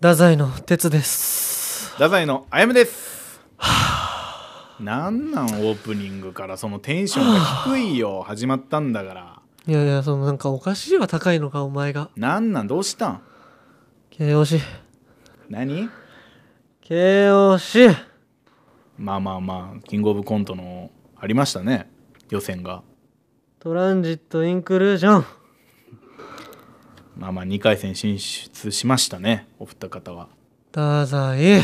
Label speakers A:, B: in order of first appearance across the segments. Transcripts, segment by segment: A: 太宰の哲です
B: 太宰のあやめですなんなんオープニングからそのテンションが低いよ始まったんだから
A: いやいやそのなんかおかしいわ高いのかお前が
B: なんなんどうしたん
A: 形容詞
B: 何
A: 形容詞
B: まあまあまあキングオブコントのありましたね予選が
A: トランジットインクルージョン
B: まあまあ2回戦進出しましたねお二方は
A: 太宰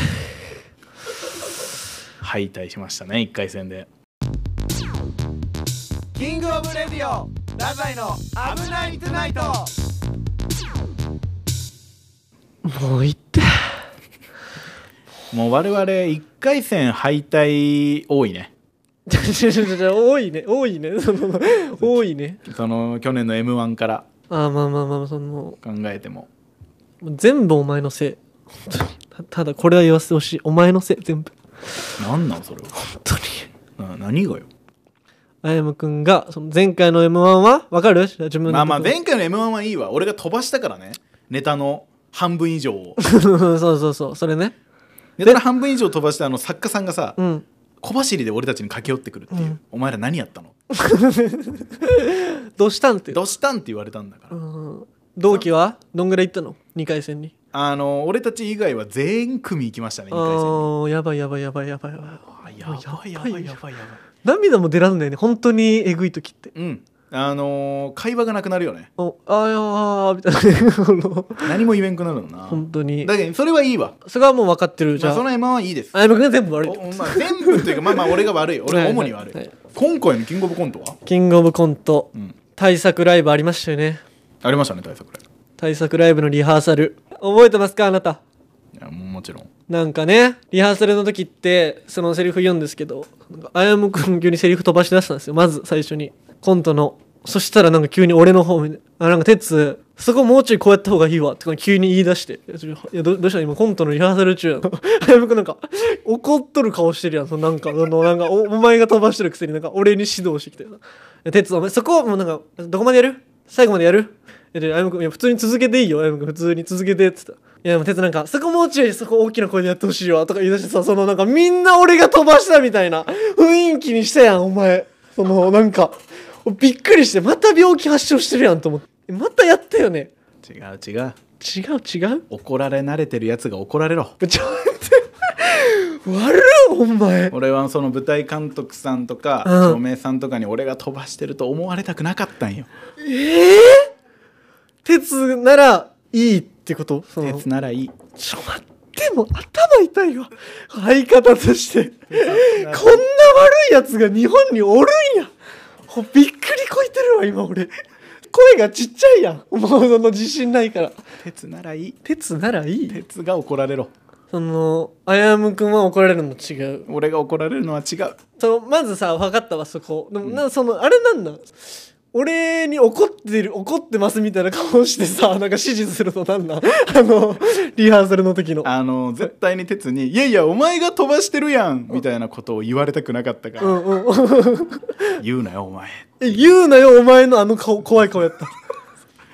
B: 敗退しましたね1回戦で
C: キングオブレディオダザイの危ないトゥナイト
A: もういいって
B: もう我々1回戦敗退多いね
A: ちょちょちょちょ多いね多いねそ の多いね
B: その去年の m 1から
A: あーまあまあまあその
B: 考えても
A: 全部お前のせい本当にたただこれは言わせてほしいお前のせい全部
B: なんなんそれは
A: 本当に
B: な何がよ
A: あやむくんがその前回の m 1はわかる自分の
B: まあまあ
A: とこ
B: 前回の m 1はいいわ俺が飛ばしたからねネタの半分以上 を
A: そうそうそうそれね
B: ネタの半分以上飛ばしたあの作家さんがさ
A: うん
B: 小走りで俺たちに駆け寄ってくるっていう、お前ら何やったの
A: どうしたんっていう
B: どうしたんって言われたんだから、
A: うん同期はどんぐらい行ったの2回戦に
B: あの俺たち以外は全組行きましたね
A: ああ
B: 2
A: ーやばいやばいやばいやばいやばい
B: 回戦あやばいやばいやばいやばい
A: 涙も出らんだよね本当にえぐい時って
B: うんあのー会話がなくなるよね
A: おあーあーみたいな この
B: 何も言えんくなるのな
A: 本当に
B: だけどそれはいいわ、
A: それはもう分かってるじ
B: ま
A: ゃ
B: あ、その
A: あ
B: m 1はいいです
A: あやむくんが全部悪い
B: おまあ、全部というかまあまあ俺が悪い俺が主に悪い、
A: はいはい
B: 今回のキングオブコントは、
A: キングオブコント
B: うん、
A: 対策ライブありましたよね
B: ありましたね対策ライブ
A: 対策ライブのリハーサル覚えてますかあなた
B: いやもうもちろん
A: なんかねリハーサルの時ってそのセリフ言うんですけどなんかあやむくん急にセリフ飛ばし出したんですよまず最初にコントのそしたらなんか急に俺の方面で「あなんか鉄そこもうちょいこうやった方がいいわ」って急に言い出して「いやちょいやどどうした今コントのリハーサル中やの」あやむくんなん か怒っとる顔してるやんそのなんかそのなんかおお前が飛ばしてるくせになんか俺に指導してきたよな「鉄お前そこもうなんかどこまでやる最後までやる?」いやであやむくんいや普通に続けていいよあやむくん普通に続けて」っつったいやでも哲なんかそこもうちょいそこ大きな声でやってほしいわとか言い出してさそのなんかみんな俺が飛ばしたみたいな雰囲気にしたやんお前そのなんかびっくりしてまた病気発症してるやんと思ってえまたやったよね
B: 違う違う
A: 違う違う
B: 怒られ慣れてるやつが怒られろ
A: ちょっと悪っお前
B: 俺はその舞台監督さんとか
A: うん
B: 照明さんとかに俺が飛ばしてると思われたくなかったんよ
A: ええ鉄ならいいってことその
B: 鉄ならいい
A: ちょ待ってもう頭痛いわ相方と してこんな悪いやつが日本におるんやほびっくりこいてるわ今俺声がちっちゃいやんもうその自信ないから
B: 鉄ならいい
A: 鉄ならいい
B: 鉄が怒られろ
A: そのあやむくんは怒られるの違う
B: 俺が怒られるのは違う
A: そのまずさ分かったわそこでもなそのあれなんなん俺に怒ってる怒ってますみたいな顔してさなんか指示するのなんなんあのリハーサルの時の
B: あの絶対に鉄に「いやいやお前が飛ばしてるやん」みたいなことを言われたくなかったか
A: う
B: ら
A: んうん
B: 「言うなよお前
A: え言うなよお前のあの顔怖い顔やったい」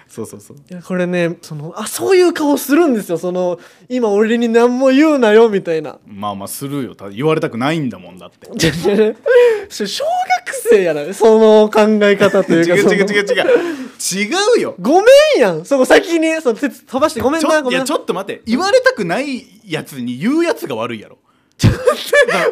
B: そうそうそう
A: やこれねそのあそういう顔するんですよその今俺に何も言うなよみたいな
B: まあまあするよた言われたくないんだもんだって
A: じゃじゃじゃそれ小学生やなその考え方と
B: 違う
A: いうか
B: 違う
A: そ
B: 違う
A: の
B: 違う違うよ
A: ごめんやんそこ先にその鉄飛ばしてごめん
B: ち
A: な
B: ょ
A: ごめ
B: い
A: ん
B: や
A: な
B: ちょっと待って言われたくないやつに言うやつが悪いやろ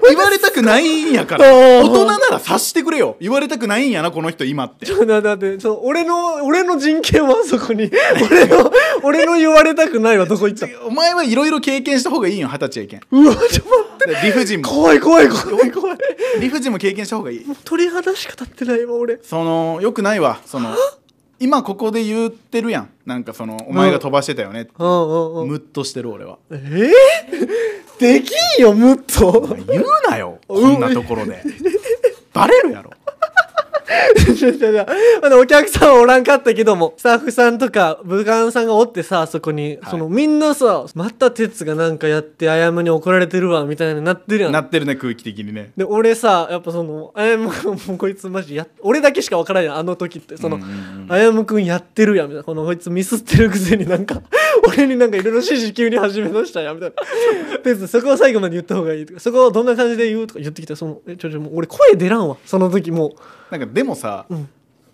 B: 言われたくないんやから
A: あー
B: 大人なら察してくれよ言われたくないんやなこの人今って
A: ちょだだってそう俺の俺の人権はそこに俺の俺の言われたくないはどこ行った
B: お前はいろいろ経験した方がいいよ二十歳経験
A: うわちょっと待って
B: 理不尽も
A: 怖い怖い怖い怖い
B: 理不尽も経験した方がいい
A: 鳥肌しか立ってないわ俺
B: そのよくないわその今ここで言ってるやんなんかそのお前が飛ばしてたよね
A: うんうんうん
B: ムッとしてる俺は
A: えー、 できんよムッと
B: 言うなよこんなところでバレるやろ
A: あのお客さんはおらんかったけどもスタッフさんとか武官さんがおってさそこに、
B: はい
A: そのみんなさまた哲がなんかやってあやむに怒られてるわみたいになってるやん
B: なってるね空気的にね
A: で俺さやっぱそのあやむくん もうこいつマジや俺だけしか分からんやんあの時ってその、
B: うんうんうん
A: あやむくんやってるやんみたいなこのこいつミスってるくせになんか 俺になんかいろいろ指示急に始めましたよみたいな 別にそこは最後まで言った方がいいとかそこをどんな感じで言うとか言ってきたらそのえちょちょもう俺声出らんわその時もう
B: なんかでもさ、
A: ん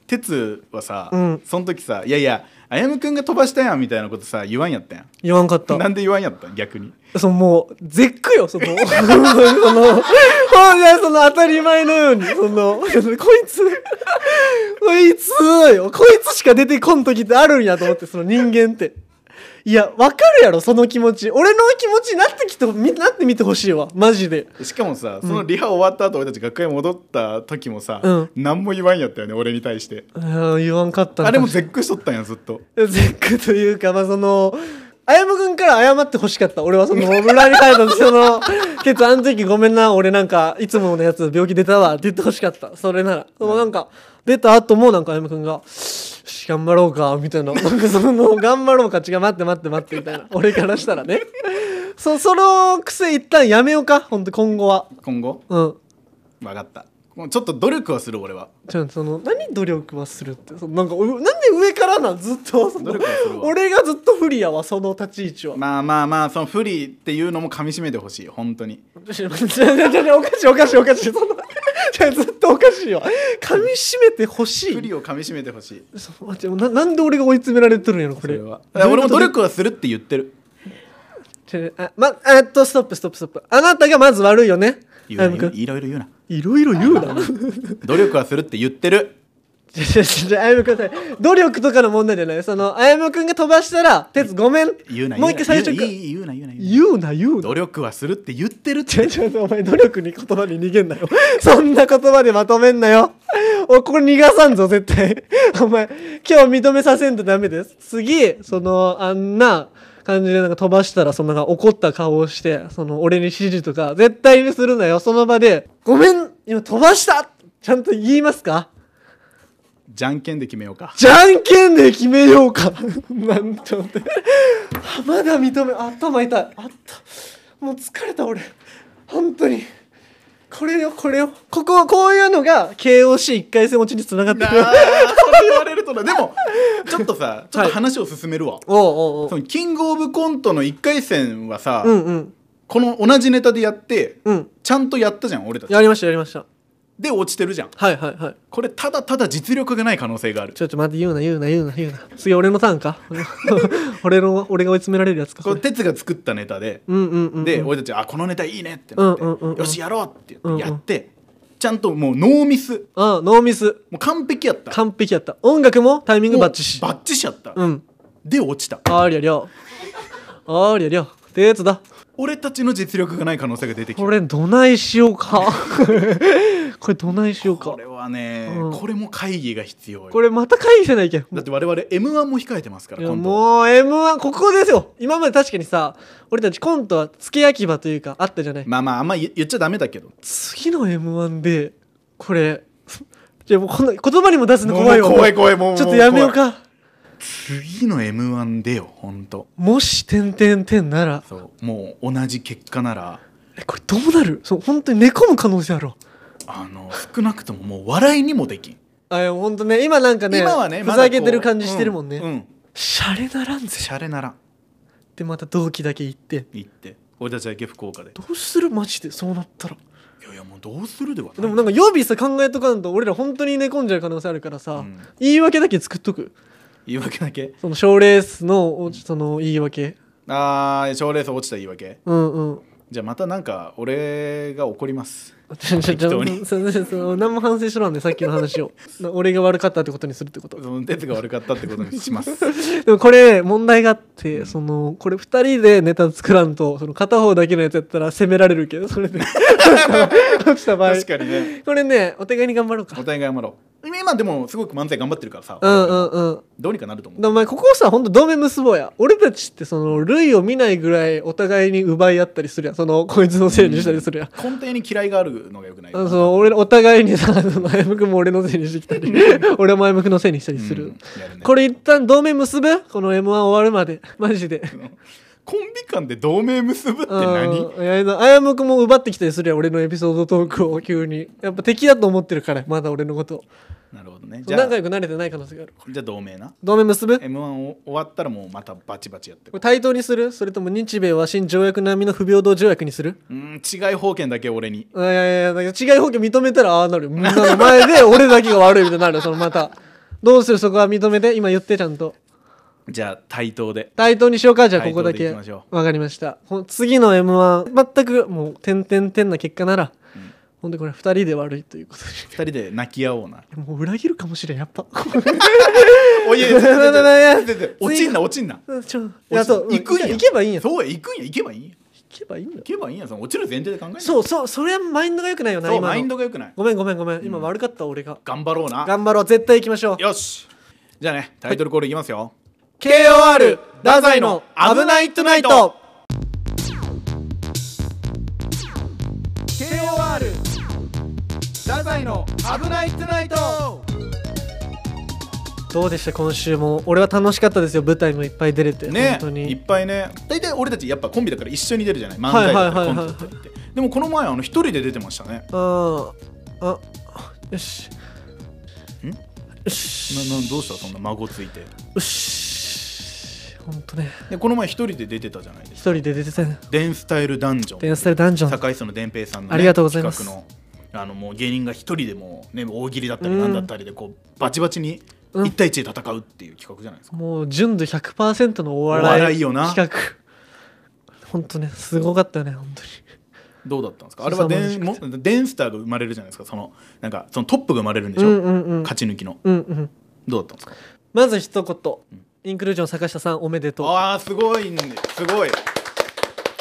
B: 鉄はさ、
A: うん
B: その時さ「いやいやあやむくんが飛ばしたやん」みたいなことさ言わんやったやん
A: 言わんかった
B: なんで言わんやったん逆に
A: そのもう絶句よそのそのほんでその当たり前のようにそのこいつこいつよこいつしか出てこん時ってあるんやと思ってその人間っていやわかるやろその気持ち俺の気持ちになってきてみなってみてほしいわマジで
B: しかもさそのリハ終わった後俺たち学校へ戻った時もさ、
A: うん
B: 何も言わんやったよね俺に対して
A: うん言わんかったな
B: あれも絶句しとったんやずっと
A: 絶句というかまあそのあやむくんから謝ってほしかった俺はその村に帰った時その 「ケツあの時ごめんな俺なんかいつものやつ病気出たわ」って言ってほしかったそれならそのなんか出た後もなんかあやむくんが「し頑張ろうか」みたいななんかその「頑張ろうか」違う待って待って待ってみたいな俺からしたらねそその癖一旦やめようかほんと今後は
B: 今後
A: うん
B: 分かったもうちょっと努力はする俺は
A: じゃあその何努力はするってそのなんかうなんで上からなんずっとその
B: 努力はするわ
A: 俺がずっと不利やわその立ち位置は、
B: まあまあまあその不利っていうのも噛み締めてほしい本当に
A: ちょちょちょちょおかしいおかしいおかしいそのじゃあずっとおかしいよ噛み締めてほし
B: 不
A: い
B: 利を噛み締めてほしい
A: そう待ってななんで俺が追い詰められてるんやろこ
B: そ
A: れ
B: れは俺も努力はするって言ってる
A: ちょあまえっとストップストップストップあなたがまず悪いよね
B: 言
A: あや
B: う
A: む
B: な
A: くん
B: いろいろ言うない
A: ろいろ言うな
B: 努力はするって言ってる
A: じゃじゃじゃあやむくんさ努力とかの問題じゃないそのあやむくんが飛ばしたら鉄ごめん
B: 言うな
A: もう一回最初
B: 言う
A: か
B: な言うな言うな言うな言
A: 言
B: うな
A: うな言うな
B: 努力はするって言ってるって
A: ちょちょお前努力に言葉に逃げんなよ そんな言葉でまとめんなよおこれ逃がさんぞ絶対 お前今日認めさせんとダメです次そのあんな感じでなんか飛ばしたらそのなんか怒った顔をしてその俺に指示とか絶対にするなよその場で「ごめん今飛ばした!」ちゃんと言いますか
B: じゃんけんで決めよ うか
A: じゃんけんで決めようか なんちょっと待ってあまだ認め頭痛いあったもう疲れた俺本当にこれよこれよこここういうのが KOC1 回戦落ちにつながって
B: なあ
A: く
B: それ
A: る
B: 言われるとなでもちょっとさちょっと話を進めるわ、
A: おうおうお
B: そうのキングオブコントの1回戦はさ、
A: うんうん
B: この同じネタでやって、
A: うん
B: ちゃんとやったじゃん俺たち
A: やりましたやりました
B: で落ちてるじゃん
A: はいはいはい
B: これただただ実力がない可能性がある
A: ちょっと待って言うな言うな言うな言うな次俺のターンか 俺の俺が追い詰められるやつか
B: こ
A: こ
B: れ
A: れ
B: 哲が作ったネタで、
A: うんうんうん
B: で俺たち「あこのネタいいね」ってなって「
A: うんうんうんうん
B: よしやろう」って
A: うん
B: 言
A: う
B: っ
A: ん
B: てやって、ちゃんともうノーミス
A: あノーミス
B: もう完璧やった
A: 完璧やった音楽もタイミングバッチし
B: もうバッチしやった、
A: うん
B: で落ちた
A: ありゃりゃ。ありゃりゃ。てつだ。
B: 俺たちの実力がない可能性が出てきた
A: これ、どないしよう か。これ、どないしようか
B: こ。れはね、
A: うん
B: これも会議が必要よ
A: これ、また会議せないけん。
B: だって我々 m 1も控えてますか
A: い
B: ら
A: や
B: 今度
A: もう M1 ここですよ今まで確かにさ俺たちコントは付け焼き場というかあったじゃない
B: まあまああんま言言っちゃダメだけど
A: 次の M1 でこれいやもうこんな言葉にも出すの怖いわ
B: もう怖い怖いもう
A: ちょっとやめよう
B: も怖い
A: か
B: 次の m 1でよほんと
A: もし点点点なら
B: そうもう同じ結果なら
A: えこれどうなるそう本当に寝込む可能性あるわ
B: あの少なくとももう笑いにもできん、
A: あいや本当ね今なんかね
B: 今はね
A: ふ
B: まだこ
A: ざ
B: う
A: けてる感じしてるもんね、
B: うん、うん、
A: シャレならんぜ
B: シャレならん
A: でまた同期だけ行って
B: 言って俺たちだけ福岡で
A: どうするマジでそうなったら
B: いやいやもうどうするではない
A: でもなんか予備さ考えとかんと俺ら本当に寝込んじゃう可能性あるからさ、
B: うん
A: 言い訳だけ作っとく
B: 言い訳だけ
A: その賞レースのおその言い訳
B: あー賞レース落ちた言い訳
A: うんうん
B: じゃあまたなんか俺が怒ります
A: ちょちょち
B: 適当
A: ょ
B: に
A: そのその何も反省しろんでさっきの話を な俺が悪かったってことにするってこと
B: その哲が悪かったってことに します
A: でもこれ問題があって、そのこれ2人でネタ作らんとその片方だけのやつやったら責められるけどそ れで落ちた場合
B: 確かにね
A: これねお互いに頑張ろうか
B: お互い頑張ろう今でもすごく漫才頑張ってるからさ、
A: うんうんうん
B: どうにかなると思う
A: でお前ここをさほんと同盟結ぼうや俺たちってその類を見ないぐらいお互いに奪い合ったりするやんそのこいつのせいにしたりするやん、
B: 根底に嫌いがあるのがよくない
A: あのその俺らお互いにさその前向くも俺のせいにしてきたり俺は前向くのせいにしたりする,、
B: うんやるね
A: これ一旦同盟結ぶこの m 1終わるまでマジで
B: コンビ間で同盟結ぶって何
A: うんいやなあやむくも奪ってきたりするやん俺のエピソードトークを急にやっぱ敵だと思ってるからまだ俺のこと
B: なるほどねじゃあ
A: 仲良くなれてない可能性がある
B: じゃあ同盟な
A: 同盟結ぶ
B: m 1終わったらもうまたバチバチやって
A: これ対等にするそれとも日米和親条約並みの不平等条約にする
B: うーん違い保険だけ俺に
A: いやいやいやだから違い保険認めたらああなるよみんなの前で俺だけが悪いみたいになるよそのまたどうするそこは認めて今言ってちゃんと
B: じゃあ対等で
A: 対等にしようかじゃあここだけ
B: 対等でいきましょ
A: わかりましたほん次の m 1全くもう点々点な結果なら、ほんとこれ2人で悪いということで
B: 二人で泣き合おう な
A: もう裏切るかもしれんやっ ぱ
B: おいやいやいやいやいやいや落ちんな落ちんな
A: ちょいやそう
B: 落ちん行くんや
A: 行けばいいんや行
B: そうや行くんや行けばいいんや
A: けばいいんだよ
B: 行けばいいんやその落ちる前提で考えんな
A: そうそうそれはマインドが良くないよな
B: そう
A: 今の
B: マインドが良くない
A: ごめんごめんごめん今悪かった俺が
B: 頑張ろうな
A: 頑張ろう絶対行きましょう
B: よしじゃあねタイトルコールいきますよ
A: KOR 太宰の「危ないトゥナイト
C: KOR 太宰の危ないトゥナイト」
A: どうでした今週も俺は楽しかったですよ舞台もいっぱい出れて、
B: ね
A: 本当
B: いっ
A: に
B: ぱいね大体俺たちやっぱコンビだから一緒に出るじゃない漫才だった
A: はい
B: り
A: は
B: コ
A: い
B: ン
A: はいはい
B: トだったりってでもこの前あの一人で出てましたね
A: あああよし
B: ん
A: よし
B: ななどうしたそんな孫ついて
A: よしほんとね
B: でこの前一人で出てたじゃないです
A: 一
B: か
A: 人で出てたね
B: 「デンスタイルダンジョン」
A: デンスタイルダンジョン
B: 堺市の伝平さんの、ね、
A: ありがとうございます
B: 企画のあのもう芸人が一人でもう、ね、大喜利だったりなんだったりでこうバチバチに
A: うん
B: 1対1で戦うっていう企画じゃないですか、
A: もう純度100%のお笑い
B: お笑いよな
A: 企画ほんとねすごかったよねほんとに
B: どうだったんですかあれはデン
A: 凄ま
B: もデンスターが生まれるじゃないですかそのなんかそのトップが生まれるんでし
A: う
B: ょ、
A: んうんうん
B: 勝ち抜きの
A: うんうん
B: どうだったんですか
A: まず一言、インクルージョン坂下さんおめでと
B: ああすごいんですごい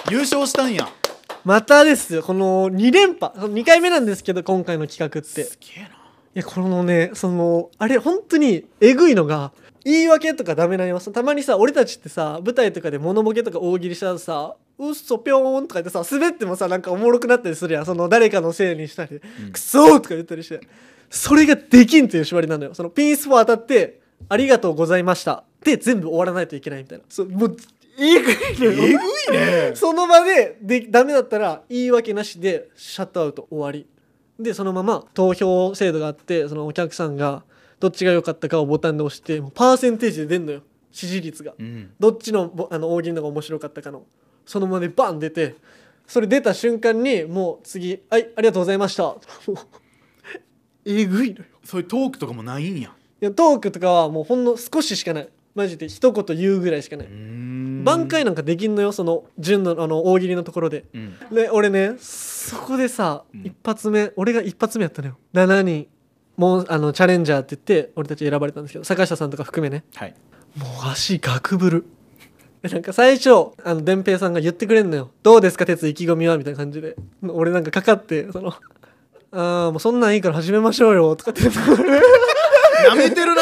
B: 優勝したんや
A: うまたですよこの2連覇2回目なんですけど今回の企画って
B: すげえない
A: や、このね、その、あれ、本当に、えぐいのが、言い訳とかダメなります。たまにさ、俺たちってさ、舞台とかで物ボケとか大喜利したらさ、うっそぴょーんとか言ってさ、滑ってもさ、なんかおもろくなったりするやん。その、誰かのせいにしたり、くそーとか言ったりして。それができんという縛りなのよ。その、ピンスポ当たって、ありがとうございました。で、全部終わらないといけないみたいな。そう、もう、えぐいのよ。
B: えぐいね
A: その場ででダメだったら言い訳なしでシャットアウト終わりでそのまま投票制度があってそのお客さんがどっちが良かったかをボタンで押してもうパーセンテージで出んのよ支持率が
B: うん
A: どっちのぼあの大喜利のが面白かったかのそのままでバン出てそれ出た瞬間にもう次「はいありがとうございました」も うえぐいのよ
B: そういうトークとかもないん
A: い
B: や
A: やトークとかはもうほんの少ししかないマジで一言言うぐらいしかないう
B: ーん
A: 挽回なんかできんのよその純のあの大喜利のところで
B: うん
A: で俺ねそこでさ、
B: うん
A: 一発目俺が一発目やったのよ7人もうあのチャレンジャーって言って俺たち選ばれたんですけど坂下さんとか含めね
B: はい
A: もう足ガクブルでなんか最初あの伝平さんが言ってくれんのよ「どうですか鉄意気込みは」みたいな感じで俺なんかかかってその「ああもうそんなんいいから始めましょうよ」とかって言って
B: やめてるな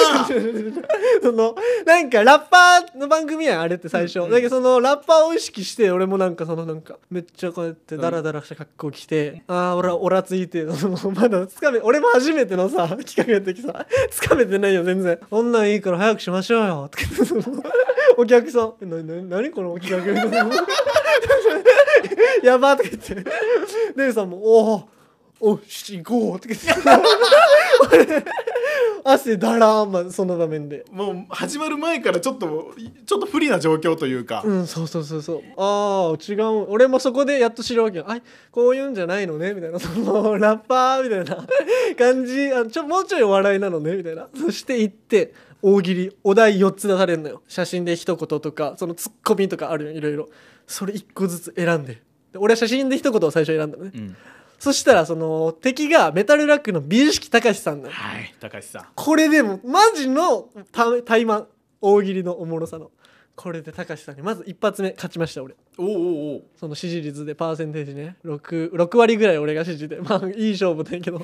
A: そのなんかラッパーの番組やんあれって最初、だけどそのラッパーを意識して俺もなんかそのなんかめっちゃこうやってダラダラした格好着て、ああ俺はオラついて そのまだつかめ俺も初めてのさ 企画やってきさつかめてないよ全然こんなんいいから早くしましょうよとか言って そのお客さん「えなな何この企画」みたい なやば」とか言ってデイさんも「おおおし行こう」とか言って汗だらーんまその場面で
B: もう始まる前からちょっとちょっと不利な状況というか、
A: うんそうそうそうそうああ違う俺もそこでやっと知るわけよあこういうんじゃないのねみたいなそのラッパーみたいな感じあちょもうちょいお笑いなのねみたいなそして行って大喜利お題4つ出されるのよ写真で一言とかそのツッコミとかあるよいろいろそれ1個ずつ選んでで俺は写真で一言を最初選んだのね、
B: うん
A: そしたらその敵がメタルラックの美意識高さんなの
B: はい高橋さん
A: これでもマジのた怠慢大喜利のおもろさのこれで高橋さんにまず一発目勝ちました俺
B: おうおうおう
A: その支持率でパーセンテージね 6, 6割ぐらい俺が支持でまあいい勝負だけど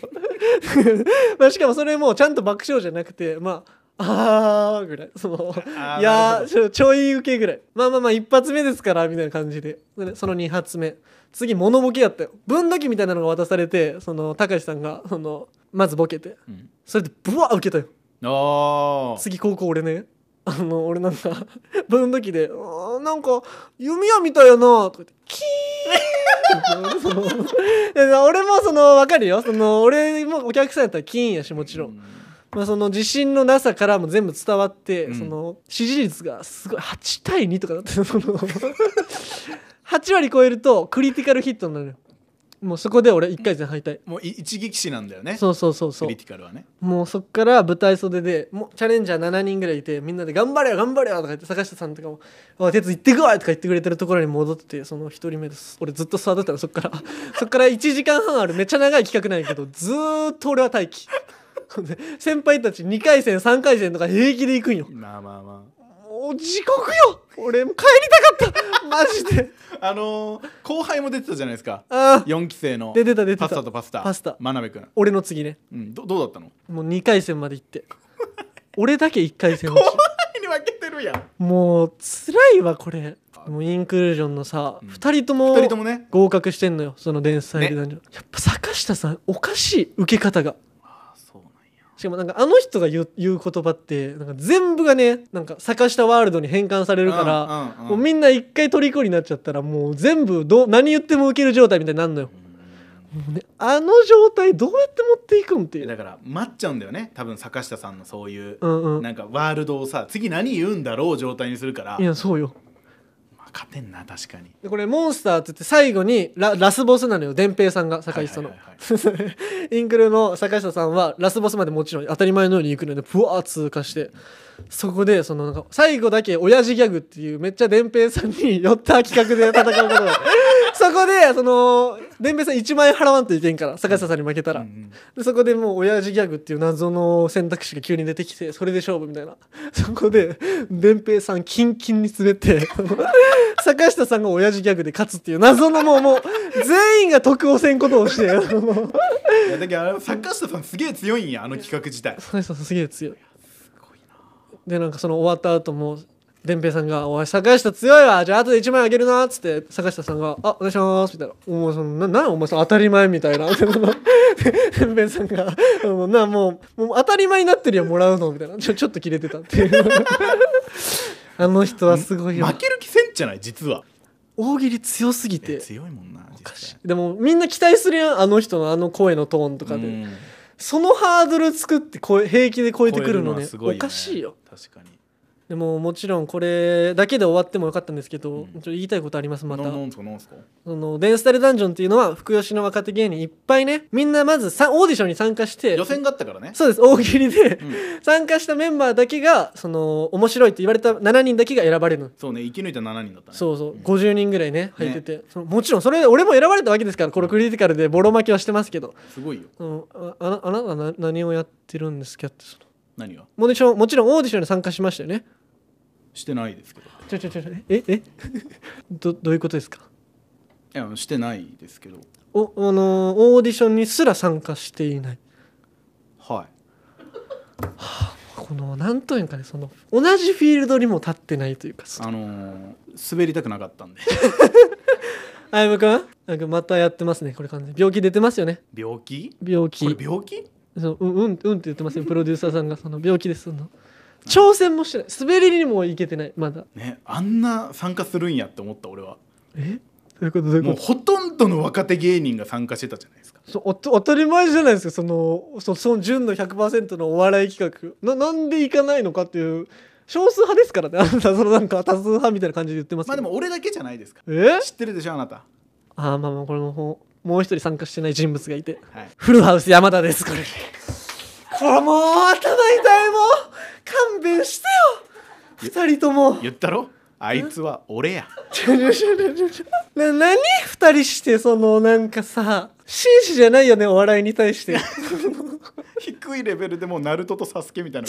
A: まあしかもそれもちゃんと爆笑じゃなくてまああーぐらいその
B: あー
A: いや
B: な
A: ー
B: るほど
A: ちょちょい受けぐらいまあまあまあ一発目ですからみたいな感じででねその2発目次物ボケやったよ分度器みたいなのが渡されてその高橋さんがそのまずボケて
B: うん
A: それでブワー受けたよ
B: あー
A: 次高校俺ね あの俺なんか バンドの時で「あーなんか弓矢みたいやな」とか言って「キーン!」ってそ ので俺もその分かるよその俺もお客さんやったらキーンやしもちろん、まあ、その自信のなさからも全部伝わって、
B: うん
A: その支持率がすごい8対2とかだってその 8割超えるとクリティカルヒットになるよもうそこで俺1回戦敗退、
B: もうい一撃死なんだよね
A: そうそうそうそう
B: クリティカルはね
A: もうそっから舞台袖でもうチャレンジャー7人ぐらいいてみんなで「頑張れよ頑張れよ」とか言って坂下さんとかも「おい鉄行ってこい!」とか言ってくれてるところに戻っててその1人目です俺ずっと座ってたのそっから そっから1時間半あるめっちゃ長い企画なんやけどずーっと俺は待機で先輩たち2回戦3回戦とか平気で行くんよ
B: まあまあま
A: もう地獄よ俺もう帰りたかったマジで
B: ああのー後輩も出てたじゃないですか
A: ああ
B: 4期生の
A: 出てた出てた
B: パスタとパスタ
A: パスタ
B: 真鍋君、
A: 俺の次ね
B: うん、どどうだったの
A: もう2回戦まで行って俺だけ1回戦落ち
B: 前に分けてるやん
A: もう辛いわこれもうインクルージョンのさ、
B: うん
A: 二2人とも
B: 二人ともね
A: 合格してんのよその伝説
B: ね
A: 男女、やっぱ坂下さんおかしい受け方が
B: あそうなんや
A: しかもなんかあの人が言う言う言葉ってなんか全部がねなんか坂下ワールドに変換されるから、
B: うんうんうん
A: もうみんな一回虜になっちゃったらもう全部どう何言っても受ける状態みたいになるのよ、もうね、あの状態どうやって持っていくんってい
B: え
A: う
B: だから待っちゃうんだよね多分坂下さんのそういう、
A: うんうん
B: なんかワールドをさ次何言うんだろう状態にするから、
A: いやそうよ
B: まあ、勝てんな確かに
A: でこれモンスターって言って最後にララスボスなのよ伝平さんが坂下さんの、
B: はいはいはい
A: インクルの坂下さんはラスボスまでもちろん当たり前のように行くのでブワー通過してそこでそのなんか最後だけ親父ギャグっていうめっちゃ伝平さんに寄った企画で戦うことがそこでその伝平さん1万円払わんといけんから坂下さんに負けたら、
B: うんうん
A: でそこでもう親父ギャグっていう謎の選択肢が急に出てきてそれで勝負みたいなそこで伝平さんキンキンに滑って 坂下さんが親父ギャグで勝つっていう謎のもうもう全員が得をせんことをしてもう
B: いやだけどあれ坂下さんすげえ強いんやあの企画自体
A: 坂下さんすげえ強いでなんかその終わった後も伝平さんが「おい坂下強いわじゃあ後で1枚あげるな」っつって坂下さんが「あお願いします」みたいな「お前そのななんお前その当たり前」みたいな で伝平さんが 「あのなもうもう当たり前になってるよもらうの」みたいなちょちょっとキレてたっていう あの人はすごいよ
B: 負ける気せんじゃない実は
A: 大喜利強すぎ
B: いや
A: て
B: 強いもんな実際
A: でもみんな期待するやんあの人のあの声のトーンとかで
B: うん
A: そのハードル作ってこえ平気で超えてくるの
B: 超え
A: ね
B: はすご
A: おかしいよ
B: 確かに
A: でももちろんこれだけで終わってもよかったんですけど、ちょっと言いたいことありますまた
B: ななんすかなんすか
A: そのデンスタルダンジョンっていうのは福吉の若手芸人いっぱいねみんなまずさオーディションに参加して
B: 予選があったからね
A: そうです大喜利で、
B: うん
A: 参加したメンバーだけがその面白いって言われた7人だけが選ばれるの
B: そうね生き抜いた7人だったね
A: そうそう、50人ぐらいね入ってて、そのもちろんそれ俺も選ばれたわけですからこのクリティカルでボロ負けはしてますけど、
B: すごいよ
A: そのああなあなたな何をやってるんですかってその
B: 何が
A: もちろんもちろんオーディションに参加しましたよね
B: してないですけど
A: ちょちょちょちょええ どどういうことですか
B: いやしてないですけど
A: おあのーオーディションにすら参加していない
B: はい
A: このなんというかねその同じフィールドにも立ってないというか
B: あのー滑りたくなかったんで
A: あやむくんなんかまたやってますねこれ完全に病気出てますよね
B: 病気
A: 病気
B: これ病気
A: そううんうんうんって言ってますよプロデューサーさんがその病気ですその挑戦もしてない滑りにも行けてないまだ
B: ねあんな参加するんやって思った俺は
A: えどういうことどういう
B: も
A: こと
B: うほとんどの若手芸人が参加してたじゃないですか
A: そうおと当たり前じゃないですかそのそその純の100%のお笑い企画ななんで行かないのかっていう少数派ですからねあなたそのなんか多数派みたいな感じで言ってます
B: まあ
A: け
B: で
A: ど
B: も俺だけじゃないですか
A: え
B: 知ってるでしょあなた
A: あーまあまあこれもほうもう一人参加してない人物がいて
B: はい
A: フルハウス山田ですこれこれもう頭痛いもう勘弁してよ二人とも
B: 言ったろあいつは俺や
A: ちょちょちょちょちょな何二人してそのなんかさ紳士じゃないよねお笑いに対して
B: 低いレベルでもうナルトとサスケみたいな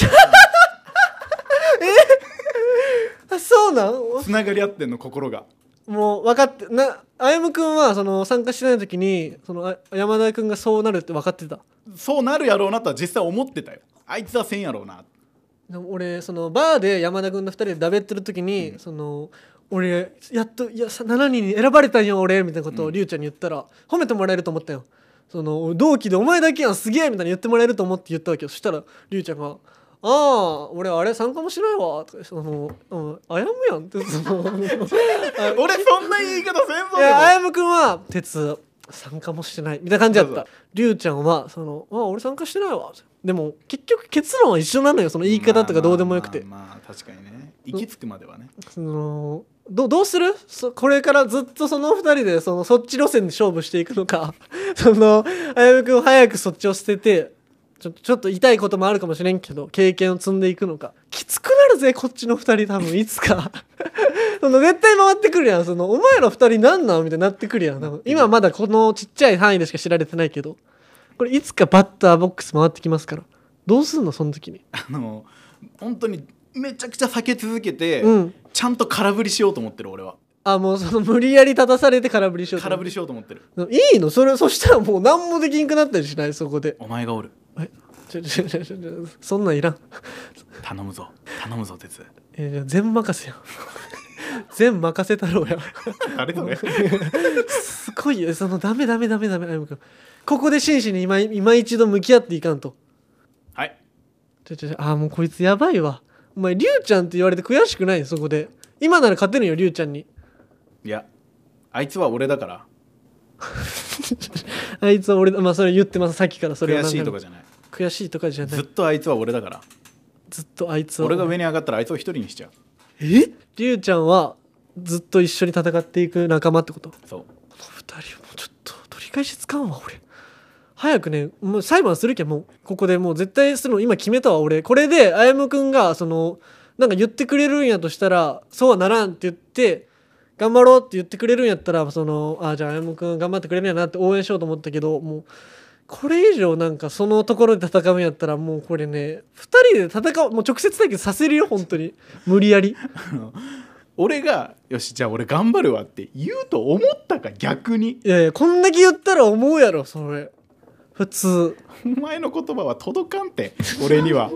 A: あそうなん
B: つながり合ってんの心が
A: もう分かってな歩夢君はその参加してない時にそのあ山田君がそうなるって分かってた
B: そうなるやろうなとは実際思ってたよあいつはせんやろ うな
A: でも俺そのバーで山田君の2人でだべってる時に、その俺やっといやさ7人に選ばれたんよ俺みたいなことをりゅうちゃんに言ったら、褒めてもらえると思ったよその同期でお前だけやんすげえみたいな言ってもらえると思って言ったわけよそしたらりゅうちゃんが「ああ俺あれ参加もしないわ」とかその「うんあやむやん」ってそ のあ
B: 俺そんな言い方せんぞ
A: いやあやむくんは「鉄参加もしてない」みたいな感じだっ
B: そう
A: たりゅうちゃんは「そのあ俺参加してないわ」でも結局結論は一緒なのよその言い方とかどうでもよくて、
B: まあまあまあ確かにね行き着くまではね
A: そのどうどうするそこれからずっとその二人でそのそっち路線で勝負していくのか そのあやむくん早くそっちを捨ててちょちょっと痛いこともあるかもしれんけど経験を積んでいくのかきつくなるぜこっちの二人多分いつか その絶対回ってくるやんそのお前ら二人なんなんみたいになってくるやん多分今まだこのちっちゃい範囲でしか知られてないけどこれいつかバッターボックス回ってきますからどうすんのその時に
B: あの本当にめちゃくちゃ避け続けて、
A: うん
B: ちゃんと空振りしようと思ってる俺は
A: あもうその無理やり立たされて空振りしようと思
B: 空
A: う
B: 振りしようと思ってる
A: いいのそれそしたらもう何もできんくなったりしないそこで
B: お前がおる
A: えちょちょちょちょちょそんなんいらん
B: 頼むぞ頼むぞ鉄
A: えじゃあ全任せやん全任せ太郎やん
B: あれだね
A: すごいよそのダメダメダメダメ歩夢君ここで真摯に今今一度向き合っていかんと
B: はい
A: ちょちょちょあーもうこいつやばいわお前りゅうちゃんって言われて悔しくないそこで今なら勝てるよりゅうちゃんに
B: いやあいつは俺だから
A: あいつは俺だまあそれ言ってますさっきからそれは
B: 悔
A: 何
B: し
A: 回
B: い
A: も
B: とかじゃない
A: 悔しいとかじゃな
B: ずっ
A: い
B: とあいつは俺だから
A: ずっとあいつは
B: 俺が上に上がったらあいつを一人にしちゃう
A: えりゅうちゃんはずっと一緒に戦っていく仲間ってことこ
B: そう
A: の二人もうちょっと取り返しつかんわ俺早くねもう裁判するけんもうここでもう絶対するの今決めたわ俺これであやむくんがそのなんか言ってくれるんやとしたらそうはならんって言って頑張ろうって言ってくれるんやったらそのあじゃああやむくん頑張ってくれるんやなって応援しようと思ったけどもうこれ以上なんかそのところで戦うんやったらもうこれね2人で戦うもう直接対決させるよ本当に無理やり
B: 俺がよしじゃあ俺頑張るわって言うと思ったか 逆に
A: いやいやこんだけ言ったら思うやろそれ普通
B: お前の言葉は届かんて俺には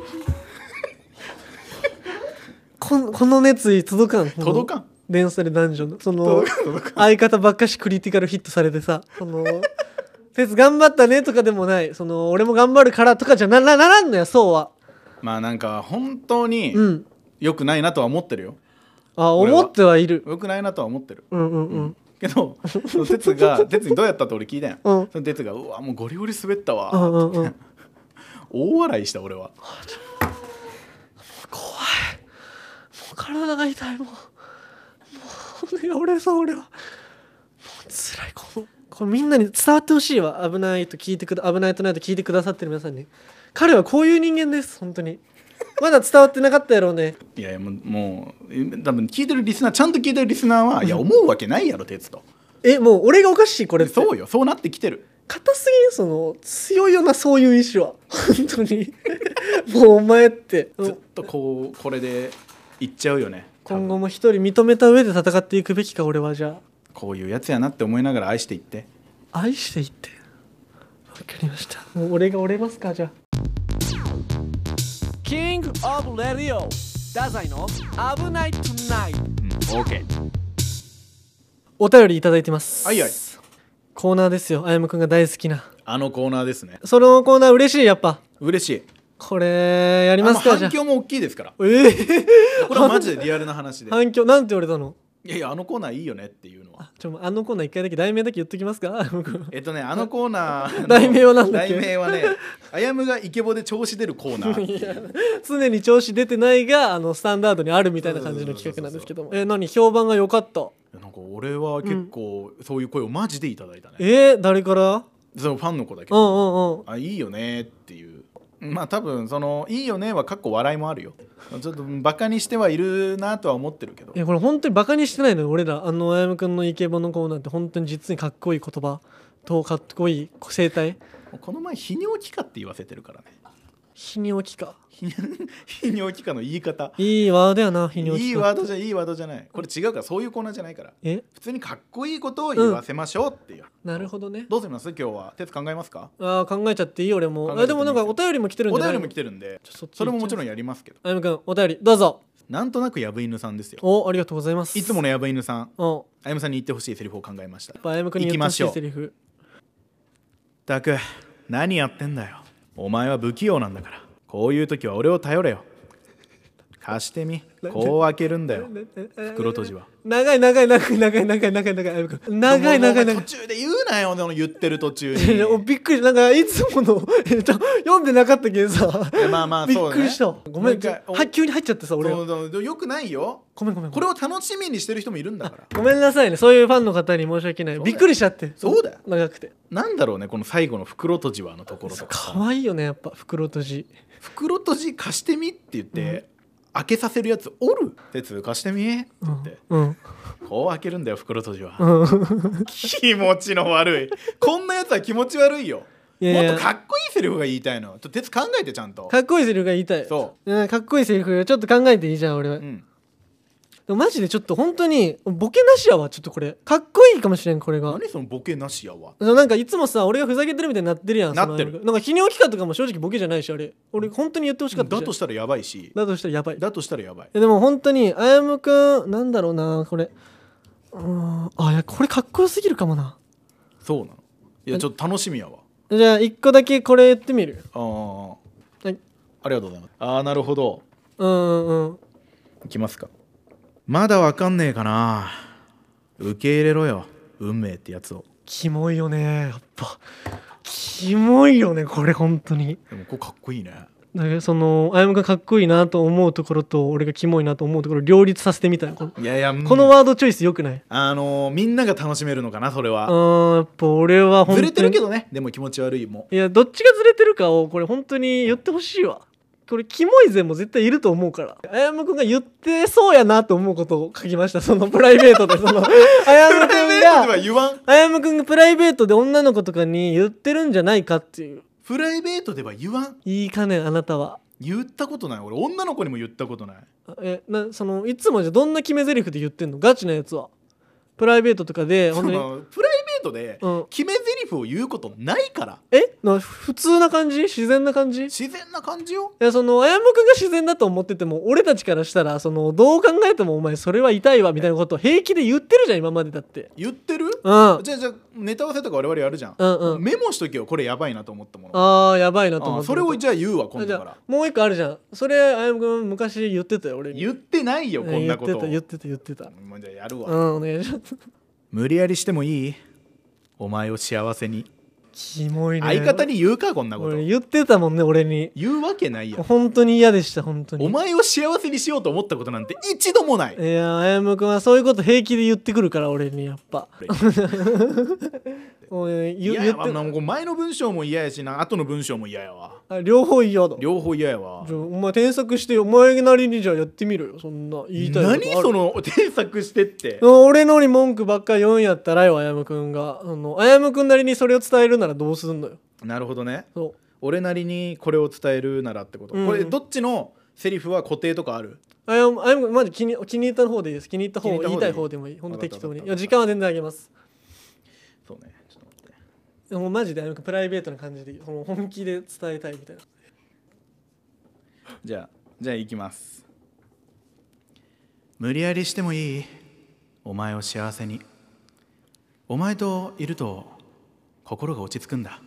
A: こんこの熱意届かん
B: 届かん
A: 連鎖で男女のその
B: 届かん届かん
A: 相方ばっかしクリティカルヒットされてさその「哲頑張ったね」とかでもないその俺も頑張るからとかじゃななならんのやそうは
B: まあなんか本当に
A: うん
B: 良くないなとは思ってるよ
A: あ
B: 俺は
A: 思ってはいる
B: 良くないなとは思ってる
A: うんうんうん
B: けどその 哲が哲にどうやったって俺聞いたやん、
A: うん
B: その哲が「うわもうゴリゴリ滑った
A: う
B: わ
A: んうんうん」
B: 大笑いした俺は
A: 体が痛いもうもう、ね、俺さ俺はもう辛いこのこれみんなに伝わってほしいわ危ないと聞いてくだ危ないとないと聞いてくださってる皆さんに彼はこういう人間です本当にまだ伝わってなかったやろうね
B: いやいやもうもう多分聞いてるリスナーちゃんと聞いてるリスナーは「いや思うわけないやろ哲と
A: えもう俺がおかしいこ」れって
B: そうよそうなってきてる
A: 硬すぎんその強いよなそういう意志は本当 にもうお前って
B: ずっとこうこれでいっちゃうよね多分
A: 今後も一人認めた上で戦っていくべきか俺はじゃ
B: こういうやつやなって思いながら愛していって
A: あ愛していってわかりましたもう俺が折れますかじゃあ
C: キングオブレディオ太宰の危ないトゥナイト
B: うん OK
A: お便りいただいてます。
B: はいはい
A: コーナーですよ。あやむくんが大好きな。
B: あのコーナーですね
A: そのコーナー嬉しい、やっぱ。
B: 嬉しい
A: これ、やり
B: あ
A: ま
B: の
A: すかじゃ
B: 反
A: あ。
B: 響も大きいで すから
A: えー、
B: これはマジでリアルな話で
A: 反響、なんて言われたの
B: いやいやあのコーナーいいよねっていうのは
A: あ、ちょ、あのコーナー一回だけ、題名だけ言っときますかあやむくん。
B: えっとねあのコーナー の
A: 題名はなんだっけ
B: 題名はねあやむがイケボで調子出るコーナ ーっていう
A: 常に調子出てないが、あの、スタンダードにあるみたいな感じの企画なんですけども。え、何評判が良かった。
B: なんか俺は結構そういう声をマジでいただいたね、
A: えー、誰から
B: そのファンの子だ
A: う
B: けど、
A: んうんうん。
B: あいいよねっていうまあ多分その「いいよね」はかっこ笑いもあるよちょっとバカにしてはいるなとは思ってるけど
A: え、これ本当にバカにしてないのよ、俺ら。あの、あやむくんのイケボのコーナーって本当に実にかっこいい言葉と、かっこいい生態。
B: この前「泌尿器科」って言わせてるからね
A: 日に置きか。
B: 泌尿器科の言い方
A: いいワードやな、日に落ち
B: いいワードじゃいいワードじゃないこれ違うからそういうコーナーじゃないから
A: え
B: 普通にかっこいいことを言わせましょうっていう、
A: なるほどね。
B: どうします今日は鉄考えますか
A: ああ、考えちゃっていい俺も。
B: 考
A: あ
B: え
A: で
B: ても
A: も
B: いい
A: なんかお便りも来てるん
B: お
A: じゃない
B: 便りも来てるんで
A: ちょそっち
B: それももち
A: ん。
B: ろんやりますけど
A: あやむくん、お便り、どうぞ。
B: なんとなくやぶ犬さんですよ
A: お、ありがとうございます。
B: いつものやぶ犬さん
A: の。
B: あやむさんに言ってほしいセリフを考えました
A: うん。あやむくんに言ってほし
B: 行きましょ
A: いうセリフ。
B: ったく何やってんだよお前は不器用なんだからこういう時は俺を頼れよ貸してみこう開けるんだよ袋閉じは
A: 長い長い長い長い長い長い長いあやむくん長い
B: もうお
A: 長
B: 前
A: い長
B: 途中で言うなよでも言ってる途 中
A: いいやお
B: に
A: びっくりなんかいつもの えっと読んでなかったけどさ
B: いやまあまあ
A: びっ
B: そうね
A: くりしたごめん
B: もう一回お
A: は急に入っちゃってさ俺
B: そ
A: が
B: うそうよくないよ
A: ごめんごめん
B: これを楽しみにしてる人もいるんだから
A: ごめんなさいねそういうファンの方に申し訳ない
B: そうだよ
A: びっくりしちゃって
B: そうだよ
A: 長くて
B: なんだろうねこの最後の袋閉じはのところとかさ
A: 可愛いよねやっぱ袋閉じ
B: 袋閉じ貸してみって言って、開けさせるやつおる鉄貸してみって言って、
A: うん
B: こう開けるんだよ袋閉じは、
A: うん
B: 気持ちの悪いこんなやつは気持ち悪いよ
A: いやいや
B: もっとかっこいいセリフが言いたいのちょっと鉄考えてちゃんと
A: かっこいいセリフが言いたい
B: そ
A: うんかっこいいセリフちょっと考えていいじゃん俺は、
B: う、う
A: で
B: ん、
A: もマジでちょっと本当にボケなしやわちょっとこれかっこいいかもしれんこれが
B: 何そのボケなしやわ
A: なんかいつもさ俺がふざけてるみたいになってるやんその
B: なってる
A: なんか泌尿器科とかも正直ボケじゃないしあれ俺本当に言ってほしかったじゃ
B: だ
A: ん
B: としたらやばいし
A: だとしたらやばい
B: だとしたらやばい
A: えでも本当にあやむくんなんだろうなこれうーんあいやこれかっこよすぎるかもな
B: そうなのいやちょっと楽しみやわ
A: じゃあ一個だけこれ言ってみる
B: あー
A: はい
B: ありがとうございますああなるほど
A: うんうんうん
B: いきますかまだわかんねえかな受け入れろよ運命ってやつを
A: キモいよねやっぱキモいよねこれ本当に
B: でもこれかっこいいね
A: だからそのあやむくんかっこいいなと思うところと俺がキモいなと思うところを両立させてみたいこの,、
B: いやいや、うん
A: このワードチョイスよくない
B: あのーみんなが楽しめるのかなそれ
A: あ
B: は
A: ーやっぱ俺は本当
B: ず
A: に
B: れてるけどねでも気持ち悪いも
A: いやどっちがずれてるかをこれ本当に言ってほしいわこれキモいぜも絶対いると思うからあやむくんが言ってそうやなと思うことを書きましたそのプライベートでそ のあやむくんが
B: 言わん
A: あやむくんがプライベートで女の子とかに言ってるんじゃないかっていう
B: プライベートでは言わん
A: いいかねあなたは
B: 言ったことない俺女の子にも言ったことない
A: えなそのいつもじゃどんな決め台詞で言ってんのガチなやつはプライベートとかで
B: そ
A: 本当に
B: のプライベートで
A: うん
B: 決め台詞を言うことないから
A: えな普通な感じ自然な感じ
B: 自然な感じよ
A: いやそのあやむくんが自然だと思ってても俺たちからしたらそのどう考えてもお前それは痛いわみたいなことを平気で言ってるじゃん今までだって
B: 言ってる
A: うんあ
B: じゃあじゃあネタ合わせとか我々やるじゃん、
A: うんうん
B: メモしとけよこれやばいなと思ったもの
A: あーやばいなと思っ
B: あ
A: て
B: それをじゃあ言うわ今
A: じ
B: 度
A: ゃ
B: から
A: あもう一個あるじゃんそれあやむくん昔言ってたよ俺に
B: 言ってないよこんなこと
A: うん言ってた言ってた言って
B: もうじゃあやるわ、
A: たうんお願いします
B: 無理やりしてもいいお前を幸せに
A: キモいね
B: 相方に言うかこんなこと
A: 俺言ってたもんね俺に
B: 言うわけないやん
A: 本当に嫌でした本当に
B: お前を幸せにしようと思ったことなんて一度もない
A: いやあやむくんはそういうこと平気で言ってくるから俺にやっぱもう言
B: いや
A: 言
B: まあ
A: って
B: もう前の文章も嫌やしな後の文章も嫌やわ
A: あ両方いいよと
B: 両方嫌やわ
A: じゃあお前添削してお前なりにじゃあやってみろよそんな言いたいことある
B: 何その添削してって
A: 俺のに文句ばっか言うんやったらよあやむくんがあのあやむくんなりにそれを伝えるならどうすんのよ
B: なるほどね
A: そう
B: 俺なりにこれを伝えるならってこと、
A: うん
B: これどっちのセリフは固定とかある
A: あやむあやむくんマジ気に気に入った方でいいです気に入った方
B: 気に入った
A: 言いた
B: 方でいい
A: い方でもいいほんと適当に
B: わ
A: い
B: かったわかった
A: や時間は全然あげます
B: そうねちょっと待って
A: でもうマジであやむくんプライベートな感じでいいその本気で伝えたいみたいな
B: じゃあじゃあ行きます無理やりしてもいいお前を幸せにお前といると心が落ち着くんだ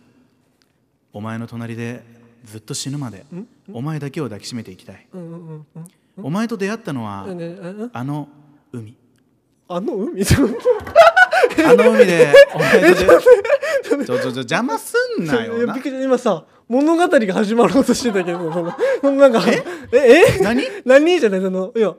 B: お前の隣でずっと死ぬまでお前だけを抱きしめていきたい
A: うんうんうんうん
B: お前と出会ったのは
A: うんうんうん
B: あの海
A: あの海ちょっ
B: あの海でお前と出会ったちょちょちょ邪魔すん
A: と
B: ないよ
A: やび
B: な
A: っくりした今さ物語が始まろうとしてたけどそのそのなんかえええ
B: 何
A: 何じゃないそのいやん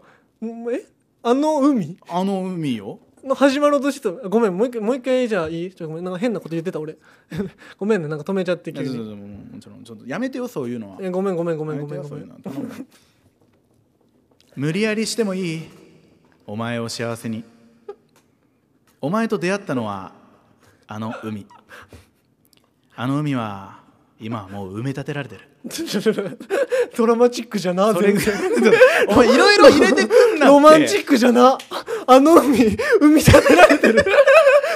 A: えあの海
B: あの海よ
A: の始まろうとしてたごめんもう一回もう一回じゃあいいちょごめんなんか変なこと言ってた俺 ごめんねなんか止めちゃって
B: いや
A: 急
B: ちょちょち
A: に
B: ょもちろんちょっとやめてよそういうのは
A: えごめんごめんごめん
B: や
A: ご
B: めて
A: めんご
B: よそう
A: め
B: いうんの頼むよ 無理やりしてもいいお前を幸せにお前と出会ったのはあの海あの海は今はもう埋め立てられてる
A: ドラマチックじゃな全然
B: お前いろいろ入れてくんなって
A: ロマンチックじゃなあの海埋め立てられてる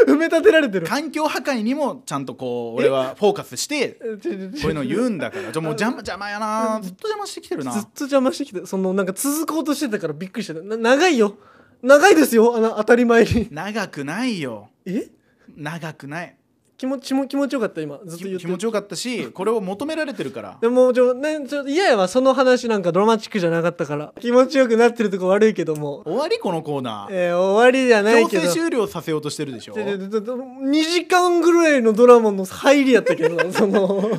A: 埋め立てられてる
B: 環境破壊にもちゃんとこう俺はフォーカスしてこ
A: えちょちょちょ
B: ういうのを言うんだからちょもう邪魔邪魔やなずっと邪魔してきてるな
A: ずっと邪魔してきてそのなんか続こうとしてたからびっくりしてたな長いよ長いですよあの当たり前に
B: 長くないよ
A: え
B: 長くない
A: 気持ちも気持ちよかった今ずっと言
B: き
A: って
B: 気持ちよかったしこれを求められてるから
A: でもちょ,、ね、ちょ嫌やわその話なんかドラマチックじゃなかったから気持ちよくなってるとこ悪いけども、
B: 終わりこのコーナー
A: えー終わりじゃない
B: 強
A: けど
B: 制終了させようとしてるでしょ
A: 2時間ぐらいのドラマの入りやったけど その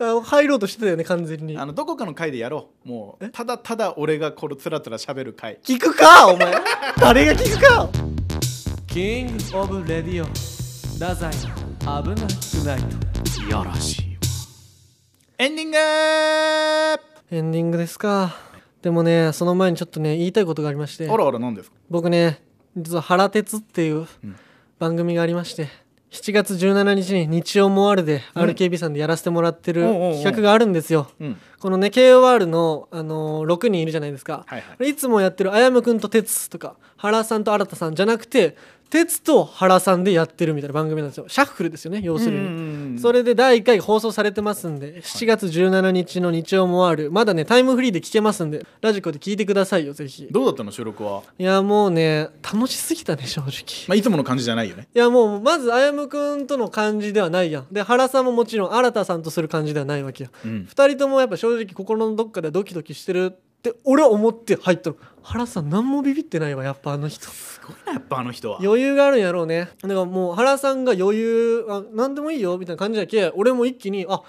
A: あの入ろうとしてたよね完全に
B: あのどこかの回でやろうもうただただ俺がこれつらつら喋る回
A: 聞くかお前誰が聞くかキングオブレディオ太宰危なくない
B: いやらしいわエンディングあ
A: エンディングですかでもねその前にちょっとね言いたいことがありまして
B: らあら何ですか
A: 僕ね実は「原鉄」っていう番組がありまして7月17日に日曜モアルで RKB さんでやらせてもらってる
B: おうおうおう
A: 企画があるんですよ
B: うん
A: このね KOR の、あのー6人いるじゃないですか、、
B: はいはい
A: つもやってるあやむくんと哲とか原さんと新田さんじゃなくて哲と原さんでやってるみたいな番組なんですよシャッフルですよね要するに、それで第1回放送されてますんで7月17日の日曜もあるまだねタイムフリーで聞けますんでラジコで聞いてくださいよぜひ
B: どうだったの収録は、
A: いやもうね楽しすぎたね正直
B: まあ、いつもの感じじゃないよね
A: いやもうまずあやむくんとの感じではないやんで原さんももちろん新田さんとする感じではないわけや、
B: うん
A: 2人ともやっぱ正直心のどっかでドキドキしてるって俺は思って入ったの原さん何もビビってないわやっぱあの人
B: すごいなやっぱあの人は
A: 余裕があるんやろうねだからもう原さんが余裕あ何でもいいよみたいな感じだけ俺も一気にあ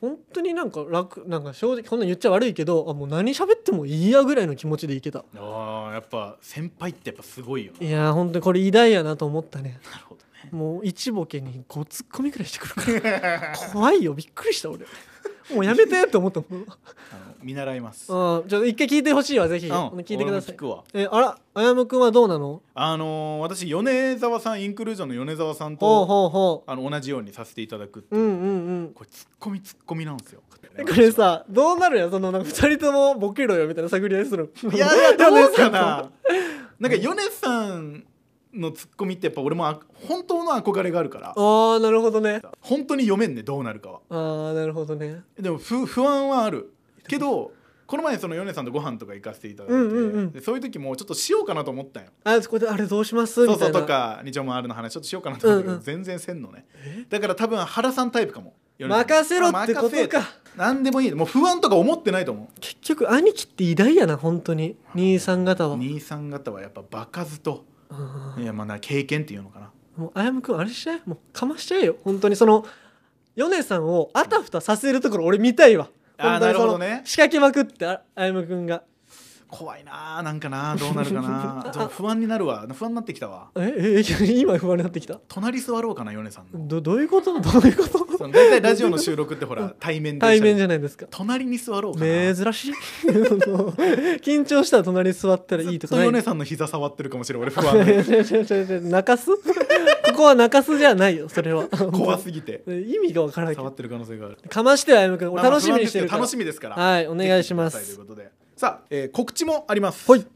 A: 本当になんか楽なんか正直こんなん言っちゃ悪いけどあもう何喋ってもいいやぐらいの気持ちでいけた
B: あーやっぱ先輩ってやっぱすごいよない
A: やー本当にこれ偉大やなと思ったね
B: なるほどね
A: もう一ボケに5ツッコミぐらいしてくるから怖いよびっくりした俺もうやめてって思ったもん
B: あの見習います
A: うんちょっと一回聞いてほしいわぜひ、
B: うん
A: 聞いてくださ
B: 俺も聞
A: い
B: くわ
A: えあらあやむくんはどうなの
B: あのー私米沢さんインクルージョンの米沢さ
A: ほ
B: ん
A: う
B: と
A: ほうほ
B: あの同じようにさせていただくって
A: う
B: いううん
A: うんうん
B: これツッコミツッコミなんですよ
A: えこれさどうなるやんそのなんか2人ともボケろよみたいな探り合いするの
B: いやいやどう
A: さ
B: か ななんかヨネさんのツッコミってやっぱ俺もあ本当の憧れがあるから
A: あーなるほどね
B: 本当に読めんねどうなるかは
A: あーなるほどね
B: でも不不安はあるけどこの前そのヨネさんとご飯とか行かせていただいて、
A: うんうんうん
B: でそういう時もちょっとしようかなと思ったんよ
A: あそこであれどうしますみ
B: そう
A: たい
B: そ
A: うな
B: とか日曜もあるの話ちょっとしようかなと思ったけど、
A: うんうん
B: 全然せんのねだから多分原さんタイプかもヨネさん
A: 任せろってことか
B: あ任せて何でもいいもう不安とか思ってないと思
A: 結局兄貴って偉大やな本当に兄さん方
B: う
A: は
B: 兄さん方はやっぱ場数と
A: うん
B: いやまあな経験っていうのかな
A: もうあやむくんあれしちゃえもうかましちゃえよ本当にその米さんをあたふたさせるところ俺見たいわ
B: あー
A: 本当にその
B: なるほどね
A: 仕掛けまくってああやむくんが
B: 怖いなあなんかなあどうなるか なあでも不安になるわ不安になってきたわ
A: えええ今不安になってきた
B: 隣座ろうかな米さんの
A: どどういうことどういうこと
B: その大体ラジオの収録って ほら対面で
A: 対面じ
B: ゃ
A: ゃないですか
B: 隣に座ろうかな
A: 珍しい その緊張したら隣に座ったらいいとか
B: ず
A: ない
B: っと米さんの膝触ってるかもしれん俺 不安で
A: 違う違う違う違う 泣かすここは泣かすじゃないよそれは
B: 怖す ぎて
A: 意味がわからない
B: 触ってる可能性がある
A: かましてあやむくん
B: まあまあ
A: 楽しみにしてる
B: 不
A: から
B: 安ですけど楽しみですから
A: はいお願いします
B: ぜひ見てくださいということでさあ、えー告知もあります
A: はい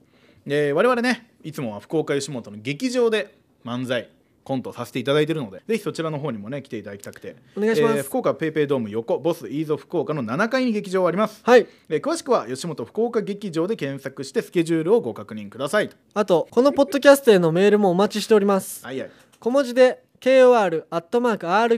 B: えー我々ねいつもは福岡吉本の劇場で漫才コントをさせていただいているのでぜひそちらの方にもね来ていただきたくて
A: お願いします
B: 福岡ペイペイドーム横ボスイーゾ福岡の7階に劇場あります、
A: はい
B: えー詳しくは吉本福岡劇場で検索してスケジュールをご確認ください
A: あとこのポッドキャストへのメールもお待ちしております
B: はいはい
A: 小文字で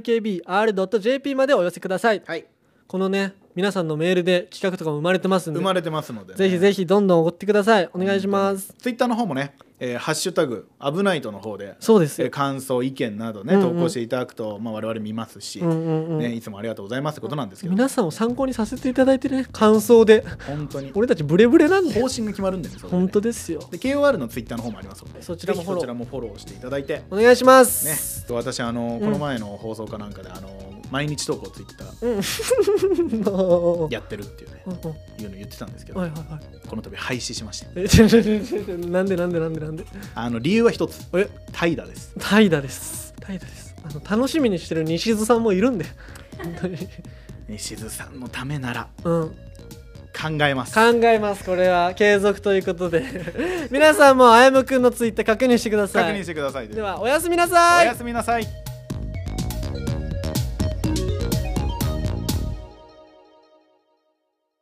A: kor.rkbr.jp までお寄せください、
B: はい
A: このね皆さんのメールで企画とかも生まれてますんで
B: 生まれてますので、
A: ぜひぜ
B: ひ
A: ひどんどん送ってくださいお願いします
B: ツイッターの方もね、えーハッシュタグアブナイトの方で
A: そうです
B: えー
A: よ
B: 感想意見などね
A: うんう
B: 投
A: ん
B: 稿していただくと、まあ、我々見ますし、
A: うんうんうん
B: ね、いつもありがとうございますってことなんですけど
A: 皆さんを参考にさせていただいてね感想で
B: 本当に
A: 俺たちブレブレなんで
B: 方針が決まるんだよねそれでね
A: 本当ですよ
B: で KOR のツイッターの方もありますので
A: そちらも
B: ぜひ
A: フォロー
B: そちらもフォローしていただいて、ね、
A: お願いします、
B: 私あのこの前の放送かなんかで、あの毎日投稿ツイッタ ー
A: もう
B: やってるっていうね、
A: うんうん
B: いうの言ってたんですけど、
A: はいはいはい
B: この度廃止しました
A: えちょちょちょちょなんでなんでなんでなんで
B: あの理由は一つ
A: え
B: 怠惰です
A: 怠惰です怠惰ですあの楽しみにしてる西津さんもいるんで本当に
B: 西津さんのためなら
A: うん
B: 考えます
A: 考えますこれは継続ということで皆さんもあやむくんのツイッター確認してください
B: 確認してください
A: ではおやすみなさい
B: おやすみなさい